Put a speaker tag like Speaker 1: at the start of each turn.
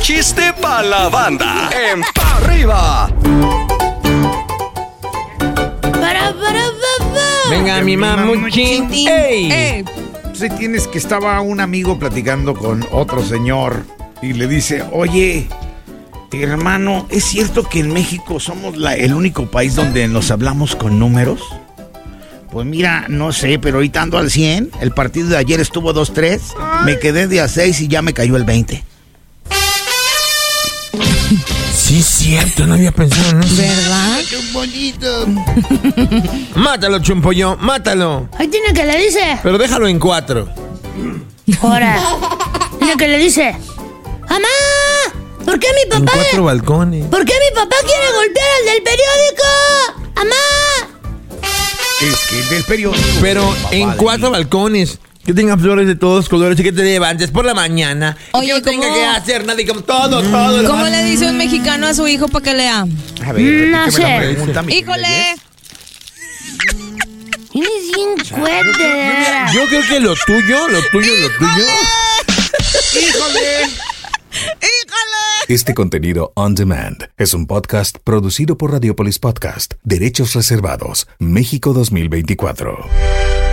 Speaker 1: chiste para la banda. En pa arriba.
Speaker 2: Para, para, para.
Speaker 3: Venga, mi mamuchín. ¡Ey!
Speaker 4: Sí tienes que estaba un amigo platicando con otro señor y le dice, oye, hermano, ¿es cierto que en México somos la- el único país donde nos hablamos con números? Pues mira, no sé, pero ahorita ando al 100. El partido de ayer estuvo 2-3. Me quedé de a 6 y ya me cayó el 20.
Speaker 3: Sí, cierto, no había pensado en eso.
Speaker 2: ¿Verdad?
Speaker 4: ¡Qué bonito!
Speaker 3: Mátalo, chumpollo, mátalo.
Speaker 2: Ahí tiene que le dice.
Speaker 3: Pero déjalo en cuatro.
Speaker 2: Ahora. Tiene que le dice. ¡Mamá! ¿Por qué mi
Speaker 3: En
Speaker 2: papá?
Speaker 3: cuatro balcones.
Speaker 2: ¿Por qué mi papá quiere golpear al del periódico? ¡Mamá!
Speaker 4: Es que el del periódico.
Speaker 3: Pero
Speaker 4: Papá
Speaker 3: en
Speaker 4: de
Speaker 3: cuatro balcones. Que tenga flores de todos colores y que te levantes por la mañana. y
Speaker 5: Oye,
Speaker 3: que no tenga
Speaker 5: ¿cómo?
Speaker 3: que hacer nada y como todo, todo. lo
Speaker 5: ¿Cómo
Speaker 3: más-
Speaker 5: le dice un mexicano a su hijo para que lea?
Speaker 4: mí. A ver,
Speaker 2: No
Speaker 4: repíteme la
Speaker 2: sé.
Speaker 4: pregunta, mi
Speaker 5: ¡Híjole!
Speaker 4: Reyes.
Speaker 2: Tienes bien cuete, de veras.
Speaker 3: Yo creo que lo tuyo, lo tuyo, lo tuyo.
Speaker 1: Este contenido on demand es un podcast producido por Radiopolis Podcast, Derechos Reservados, México 2024.